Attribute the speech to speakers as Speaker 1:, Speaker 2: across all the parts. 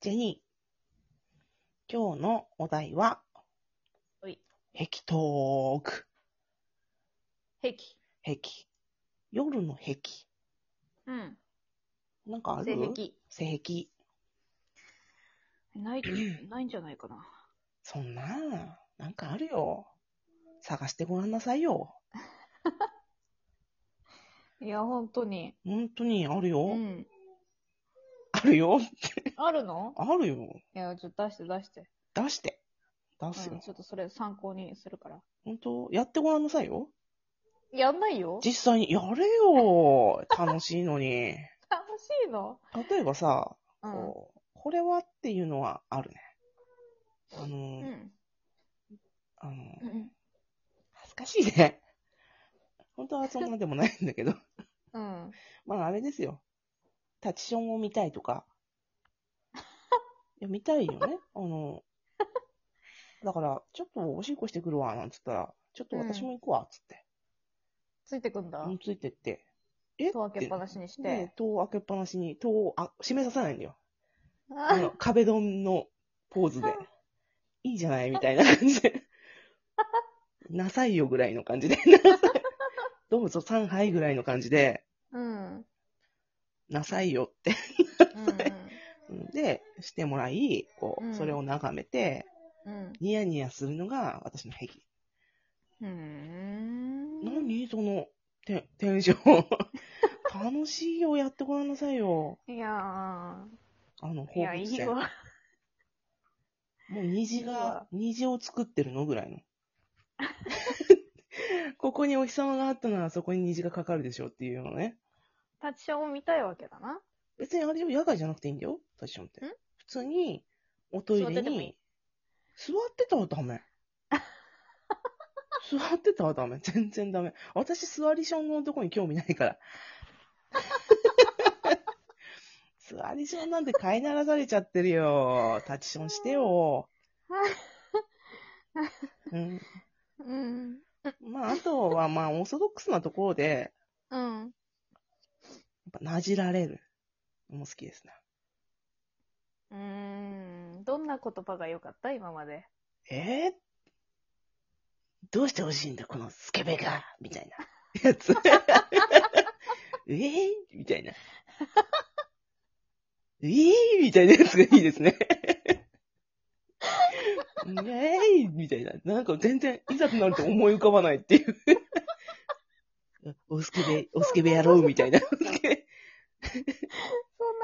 Speaker 1: ジェニー。今日のお題は、
Speaker 2: ほい
Speaker 1: 壁トーク。
Speaker 2: 壁。
Speaker 1: 壁。夜の壁。
Speaker 2: うん。
Speaker 1: なんかある
Speaker 2: 性癖。
Speaker 1: 性癖。
Speaker 2: ない、 ないんじゃないかな。
Speaker 1: そんな、なんかあるよ。探してごらんなさいよ。
Speaker 2: いや、本当に。
Speaker 1: 本当にあるよ。
Speaker 2: うん。
Speaker 1: あるよ。
Speaker 2: あるの
Speaker 1: あるよ。
Speaker 2: いや、ちょっと出して出して。
Speaker 1: 出して。出す
Speaker 2: うん、
Speaker 1: よ。
Speaker 2: ちょっとそれ参考にするから。
Speaker 1: 本当やってごらんなさいよ。
Speaker 2: やんないよ
Speaker 1: 実際にやれよ。楽しいのに。
Speaker 2: 楽しいの
Speaker 1: 例えばさ、
Speaker 2: うん。
Speaker 1: こう、これはっていうのはあるね。あの
Speaker 2: う
Speaker 1: ー、
Speaker 2: ん。
Speaker 1: あのー、
Speaker 2: うん
Speaker 1: 恥ずかしいね。本当はそんなでもないんだけど。
Speaker 2: うん。
Speaker 1: まああれですよ。タチションを見たいと か。いや、見たいよね。あの、だから、ちょっとおしっこしてくるわ、なんつったら、ちょっと私も行くわ、つって。
Speaker 2: ついてくんだ
Speaker 1: うん、。ついてって。え
Speaker 2: 戸開けっぱなしにし
Speaker 1: で
Speaker 2: て。、
Speaker 1: 戸を開けっぱなしに、戸をあ閉めさせないんだよ。あ
Speaker 2: あ
Speaker 1: の、壁ドンのポーズで。いいじゃないみたいな感じで。なさいよぐらいの感じで。 どうぞ3杯ぐらいの感じで、
Speaker 2: うん。うん
Speaker 1: なさいよって。で、してもらい、こ
Speaker 2: うん
Speaker 1: う、それを眺めて、
Speaker 2: うん。
Speaker 1: ニヤニヤするのが私の癖。
Speaker 2: うん。うん。
Speaker 1: 何その、テン、テンション。 楽しいよ、やってごらんなさいよ。
Speaker 2: いやー。
Speaker 1: あの、
Speaker 2: い
Speaker 1: 放
Speaker 2: や、
Speaker 1: 物
Speaker 2: いい
Speaker 1: 線。
Speaker 2: よ
Speaker 1: も。う虹
Speaker 2: いいわ
Speaker 1: が、虹を作ってるのぐらいの。ここにお日様があったならそこに虹がかかるでしょっていうようなね。
Speaker 2: 立ちションを見たいわけだな。
Speaker 1: 別にあれよ、野外じゃなくていいんだよ、タジションって
Speaker 2: ん。
Speaker 1: 普通に、おトイ
Speaker 2: 座
Speaker 1: レ
Speaker 2: っててもいい
Speaker 1: に、座ってたらダ メ。座ってたらダメ。全然ダメ。私、座りションのとこに興味ない から。座りションなんて飼いならされちゃってるよ。タッチションして よ。うん、
Speaker 2: うん。
Speaker 1: まあ、あとは、まあ、オーソドックスなところで、
Speaker 2: うん。
Speaker 1: やっぱ、なじられる。もう好きですな。
Speaker 2: うーん。どんな言葉が良かった今まで。
Speaker 1: えーどうしてほしいんだ、このスケベがみたいなやつ。 えーみたいな。えーみたいなやつがいいですね。えーみたいな。なんか全然、いざとなると思い浮かばないっていう。おスケベ、おスケベ野郎みたいな。
Speaker 2: そんな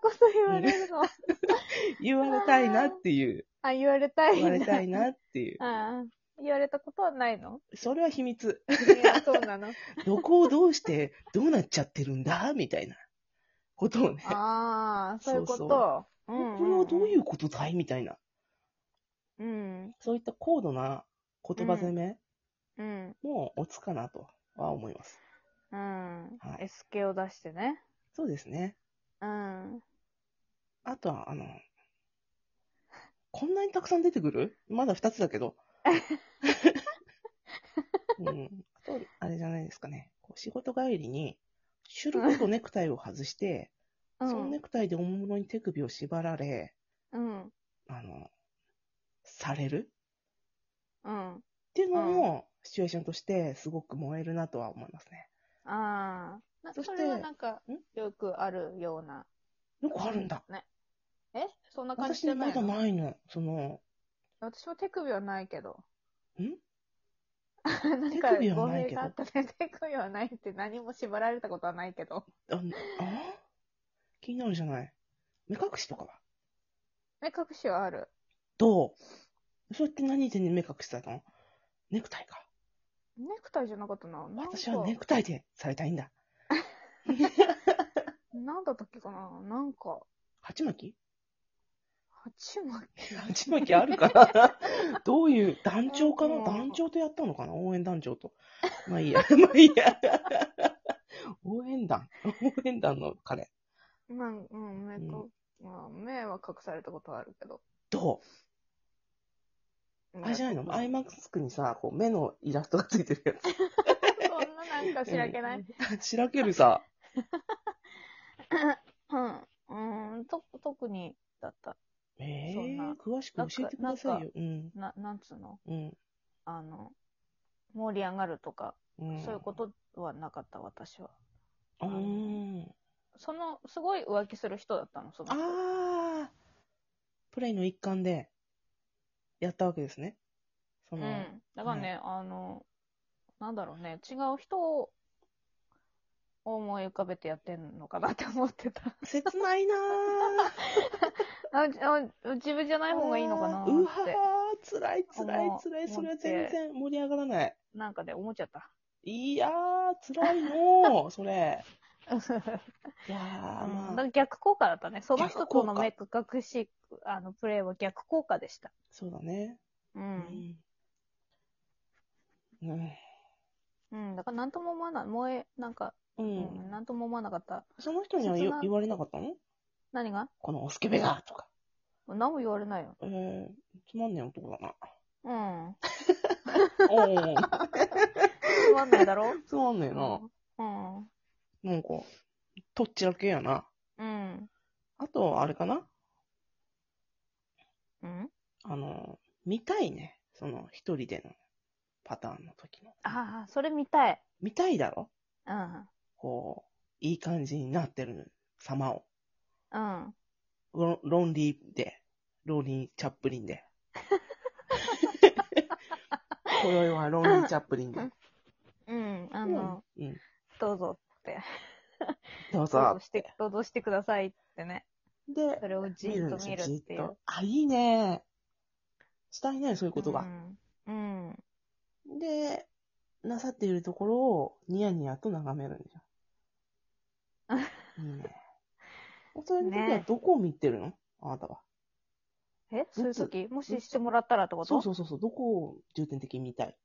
Speaker 2: こと言われるの。
Speaker 1: 言われたいなっていう。
Speaker 2: あ、言われたいん
Speaker 1: 言
Speaker 2: だ。
Speaker 1: われたいなっていう。
Speaker 2: ああ。言われたことはないの
Speaker 1: それは秘密。
Speaker 2: いや、そうなの。
Speaker 1: どこをどうして、どうなっちゃってるんだみたいなことをね。
Speaker 2: ああ、そういうこと。
Speaker 1: そううんこれはどういううことだいみたいな。
Speaker 2: うん。
Speaker 1: そういった高度な言葉攻め
Speaker 2: うん。
Speaker 1: もおつかなとは思います。
Speaker 2: うん。
Speaker 1: はい
Speaker 2: SK を出してね。
Speaker 1: そうですね。
Speaker 2: うん。
Speaker 1: あとは、あの、こんなにたくさん出てくるまだ2つだけ ど。うん、あと、あれじゃないですかね。こう仕事帰りに、シュルッとネクタイを外して、
Speaker 2: う
Speaker 1: そのネ
Speaker 2: ん。
Speaker 1: クタイでおもむろに手首を縛られ、
Speaker 2: うん。
Speaker 1: あの、される
Speaker 2: うん。
Speaker 1: っていうのも、シチュエーションとして、すごく燃えるなとは思いますね。
Speaker 2: ああ。な
Speaker 1: そして
Speaker 2: それはなんか
Speaker 1: ん、
Speaker 2: よくあるような。
Speaker 1: よくあるんだ。
Speaker 2: えそんな感じ
Speaker 1: 私
Speaker 2: じゃ
Speaker 1: に
Speaker 2: な
Speaker 1: ま
Speaker 2: い
Speaker 1: だ
Speaker 2: の
Speaker 1: ないの。その、
Speaker 2: 私も手首はないけど。
Speaker 1: ん
Speaker 2: なんか、
Speaker 1: 手首は
Speaker 2: 語
Speaker 1: ないけど
Speaker 2: 弊があったね。手首はないって何も縛られたことはないけど。
Speaker 1: あんあ気になるじゃない。目隠しとかは
Speaker 2: 目隠しはある。
Speaker 1: どうそうやって何で目隠しされたのネクタイか。
Speaker 2: ネクタイじゃなかったな。なんか
Speaker 1: 私はネクタイでされたいんだ。
Speaker 2: なんだったっけかななんか、
Speaker 1: 鉢巻
Speaker 2: 鉢巻
Speaker 1: き
Speaker 2: き。
Speaker 1: 鉢巻きあるか などういう、団長か
Speaker 2: う
Speaker 1: なん団長とやったのかな応援団長と。まあいいや、 まあいいや。応援団応援団の彼。
Speaker 2: なんうん、目か、まあ、目は隠されたことはあるけど。
Speaker 1: どうあれじゃないのアイマスクにさ、こう目のイラストがついてるやつ。
Speaker 2: そんななんかしらけない。
Speaker 1: しらけるさ。
Speaker 2: うん。うん、と、特にだった。
Speaker 1: え詳しく教えてくださいよ。うん。
Speaker 2: な、なんつうの
Speaker 1: うん。
Speaker 2: あの、盛り上がるとか、
Speaker 1: うん。
Speaker 2: そういうことはなかった、私は。
Speaker 1: うん。
Speaker 2: その、すごい浮気する人だったの、その人。
Speaker 1: ああ、プレイの一環でやったわけですね。その、
Speaker 2: うん。だからね、あの、なんだろうね、違う人を思い浮かべてやってんのかなって思ってた。
Speaker 1: 切ないなー。
Speaker 2: あ、あ自分じゃない方がいいのかな
Speaker 1: あ
Speaker 2: っ
Speaker 1: ーうわ
Speaker 2: て、
Speaker 1: ー、つらいつらい
Speaker 2: 思う
Speaker 1: つらい。それは
Speaker 2: 思って
Speaker 1: 全然盛り上がらない。
Speaker 2: なんかで思っち ゃった。
Speaker 1: いやー、つらいのー、それ。いやー、
Speaker 2: うんだ
Speaker 1: ま
Speaker 2: か
Speaker 1: あ、
Speaker 2: ら逆効果だったね。その人との目
Speaker 1: 逆
Speaker 2: 隠し、あの、プレーは逆効果でした。
Speaker 1: そうだね。
Speaker 2: う。
Speaker 1: うんん。うん。
Speaker 2: うん。だからなんとも思わない。萌え、なんか、
Speaker 1: う。
Speaker 2: うんん、なんとも思わなかった。
Speaker 1: その人には言
Speaker 2: 切な
Speaker 1: 言われなかったの
Speaker 2: 何が
Speaker 1: このおスケベがとか。
Speaker 2: 何も言われないよ。
Speaker 1: えー、つまんねえ男 だな。
Speaker 2: うん。
Speaker 1: おー。
Speaker 2: つまんないだろ
Speaker 1: つまんねえ
Speaker 2: う
Speaker 1: な。
Speaker 2: ん。うん
Speaker 1: なんか、とっちらけやな。
Speaker 2: うん。
Speaker 1: あと、あれかな
Speaker 2: うん
Speaker 1: あの、見たいね。その、一人でのパターンの時の。
Speaker 2: ああ、それ見たい。
Speaker 1: 見たいだろ
Speaker 2: うん。
Speaker 1: こう、いい感じになってる様を。
Speaker 2: うん。
Speaker 1: ロロンリーで、ローリー・チャップリンで。今宵はロンリー・チャップリンで。
Speaker 2: うん。あ
Speaker 1: う
Speaker 2: の
Speaker 1: ん、。うん
Speaker 2: どうぞって。
Speaker 1: どう
Speaker 2: どう
Speaker 1: ぞ
Speaker 2: ぞ。して、どうぞしてくださいってね。
Speaker 1: で
Speaker 2: そ、れをじ
Speaker 1: 見
Speaker 2: っ
Speaker 1: るん
Speaker 2: と
Speaker 1: です
Speaker 2: 見
Speaker 1: よ、
Speaker 2: る
Speaker 1: じ
Speaker 2: っ
Speaker 1: って
Speaker 2: いう
Speaker 1: と。。あ、いいね。したいね、そういうことが。
Speaker 2: うん。うん。
Speaker 1: で、なさっているところをニヤニヤと眺めるんじゃん。いい ね。それの時は
Speaker 2: ね
Speaker 1: どこを見てるの、あなたは。
Speaker 2: えそういう
Speaker 1: つ
Speaker 2: 時も
Speaker 1: い
Speaker 2: し
Speaker 1: つ
Speaker 2: してもらったらってこと
Speaker 1: そうそうそうそう、どこを重点的に見たい、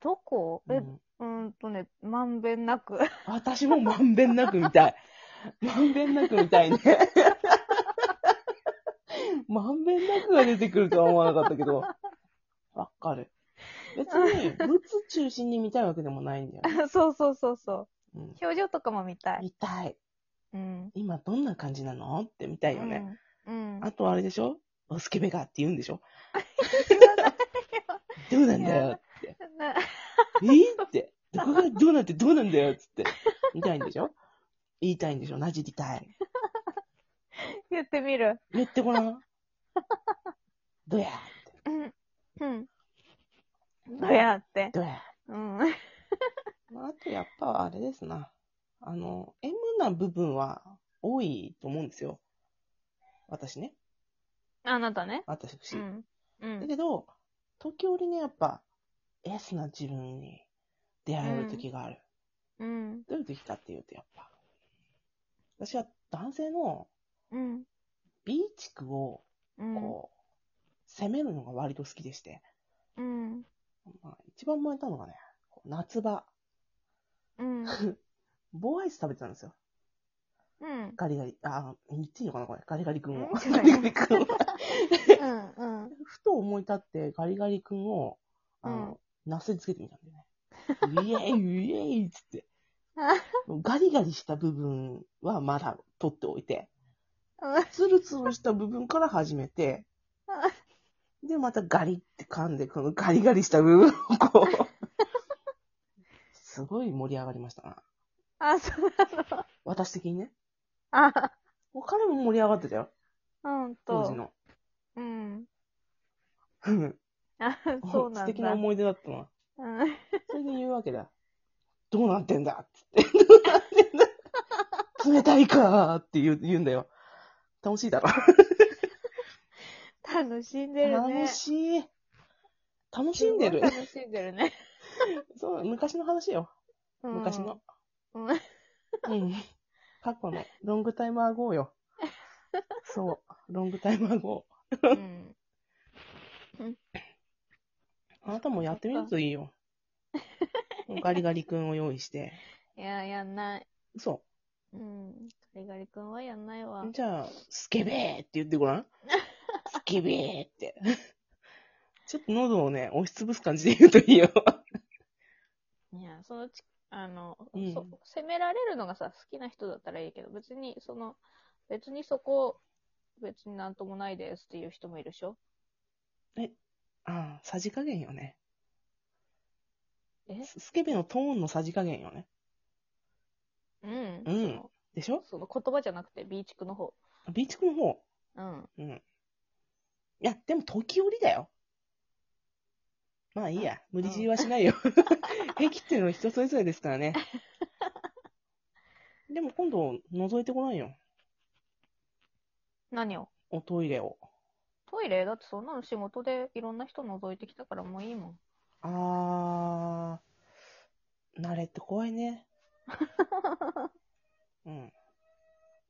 Speaker 2: どこ
Speaker 1: う
Speaker 2: え、
Speaker 1: ん
Speaker 2: うーんとね、まんべんなく。
Speaker 1: 私もまんべんなく見たい。 まんべんなく見たいね。 まんべんなくが出てくるとは思わなかったけど。わかる。別に、物中心に見たいわけでもないんだよね。
Speaker 2: そうそうそうそ
Speaker 1: う
Speaker 2: う。
Speaker 1: ん、
Speaker 2: 表情とかも見たい。
Speaker 1: 見たい。
Speaker 2: うん。
Speaker 1: 今どんな感じなのって見た
Speaker 2: だ
Speaker 1: いよね。。
Speaker 2: うん。
Speaker 1: あとあれでしょおスケベがって言うんで しょどうなんだよって。
Speaker 2: な
Speaker 1: えーって。どこがどうなってどうなんだよっつって。言いたいんでしょ言いたいんでしょなじりたい。
Speaker 2: 言ってみる。
Speaker 1: 言ってごら ん。どやって。
Speaker 2: うん。うん。どうやって。
Speaker 1: どや。
Speaker 2: うん。
Speaker 1: まああとやっぱあれですな。あの、M な部分は多いと思うんですよ。私ね。
Speaker 2: あなたね。
Speaker 1: 私。
Speaker 2: うん。う
Speaker 1: だ
Speaker 2: ん。
Speaker 1: けど、時折ね、やっぱ、S な自分に出会える時がある。
Speaker 2: うん。
Speaker 1: どういう時かっていうと、やっぱ、私は男性の
Speaker 2: うん。
Speaker 1: B 地区を、
Speaker 2: うん。
Speaker 1: こう、攻めるのが割と好きでして、
Speaker 2: うん。
Speaker 1: まあ、一番燃えたのがね、こう夏場、
Speaker 2: うん。
Speaker 1: 棒アイス食べてたんですよ。
Speaker 2: うん。
Speaker 1: ガリガリ、あー、言っていいのかな、これ。ガリガリ君を。
Speaker 2: うん
Speaker 1: ガリガリ君 を。
Speaker 2: うん。うん。
Speaker 1: ふと思い立って、ガリガリ君を、あの、なすりつけてみたんだよね。イエーイ、イエーイっつって。 ガリガリした部分はまだ取っておいて、ツルツルした部分から始め て、で、またガリって噛んで、このガリガリした部分をこう、すごい盛り上がりましたな。
Speaker 2: あ、そうなの。
Speaker 1: 私的にね。
Speaker 2: あ、
Speaker 1: もう彼も盛り上がってたよ、
Speaker 2: うん
Speaker 1: 当時
Speaker 2: と。
Speaker 1: の。
Speaker 2: うん。
Speaker 1: うん
Speaker 2: あ、そ うなんだ。
Speaker 1: 素敵な思い出だったな。
Speaker 2: うん。
Speaker 1: それで言うわけだ。どうなってんだっつって。どうなってんだ冷たいかーって言う言うんだよ。楽しいだろ。
Speaker 2: 楽しんでるね。
Speaker 1: 楽しい。楽しんでる
Speaker 2: すごい。楽しんでるね。
Speaker 1: そう、昔の話よ。
Speaker 2: うん
Speaker 1: 昔の。。
Speaker 2: うん
Speaker 1: うん。過去のロングタイマー号よ。そう、ロングタイマー号。
Speaker 2: うん。
Speaker 1: あなたもやってみるといい よ。ガリガリ君を用意して。
Speaker 2: いや、やんない。
Speaker 1: 嘘。
Speaker 2: うん。ガリガリ君はやんないわ。
Speaker 1: じゃあ、スケベーって言ってごらん。スケベーって。ちょっと喉をね、押しつぶす感じで言うといいよ。
Speaker 2: いや、そのち、あの、
Speaker 1: うん
Speaker 2: そ責められるのがさ、好きな人だったらいいけど、別に、その、別にそこ別になんともないですっていう人もいるでしょ
Speaker 1: ああ、さじ加減よね。
Speaker 2: え
Speaker 1: ススケベのトーンのさじ加減よね。
Speaker 2: うん。
Speaker 1: うん
Speaker 2: その
Speaker 1: でしょ
Speaker 2: その言葉じゃなくて、ビーチクの方。
Speaker 1: ビーチクの方。
Speaker 2: うん。
Speaker 1: うん。いや、でも時折だよ。まあいいや。無理強いはしないよ。癖っていうのは人それぞれですからね。でも今度、覗いてこないよ。
Speaker 2: 何を
Speaker 1: おトイレを。
Speaker 2: トイレだってそんなの仕事でいろんな人覗いてきたからもういいもん。
Speaker 1: あー、慣れって怖い ね。うん。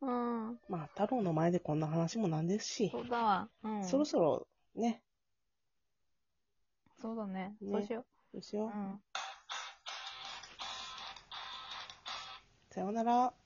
Speaker 2: うん。
Speaker 1: まあ、太郎の前でこんな話もなんですし、
Speaker 2: そうだわ。うん。
Speaker 1: そろそろ、ね、
Speaker 2: そうだね。
Speaker 1: ね
Speaker 2: そうしよ
Speaker 1: どうし
Speaker 2: う。
Speaker 1: よ
Speaker 2: う
Speaker 1: う。
Speaker 2: ん。
Speaker 1: さようなら。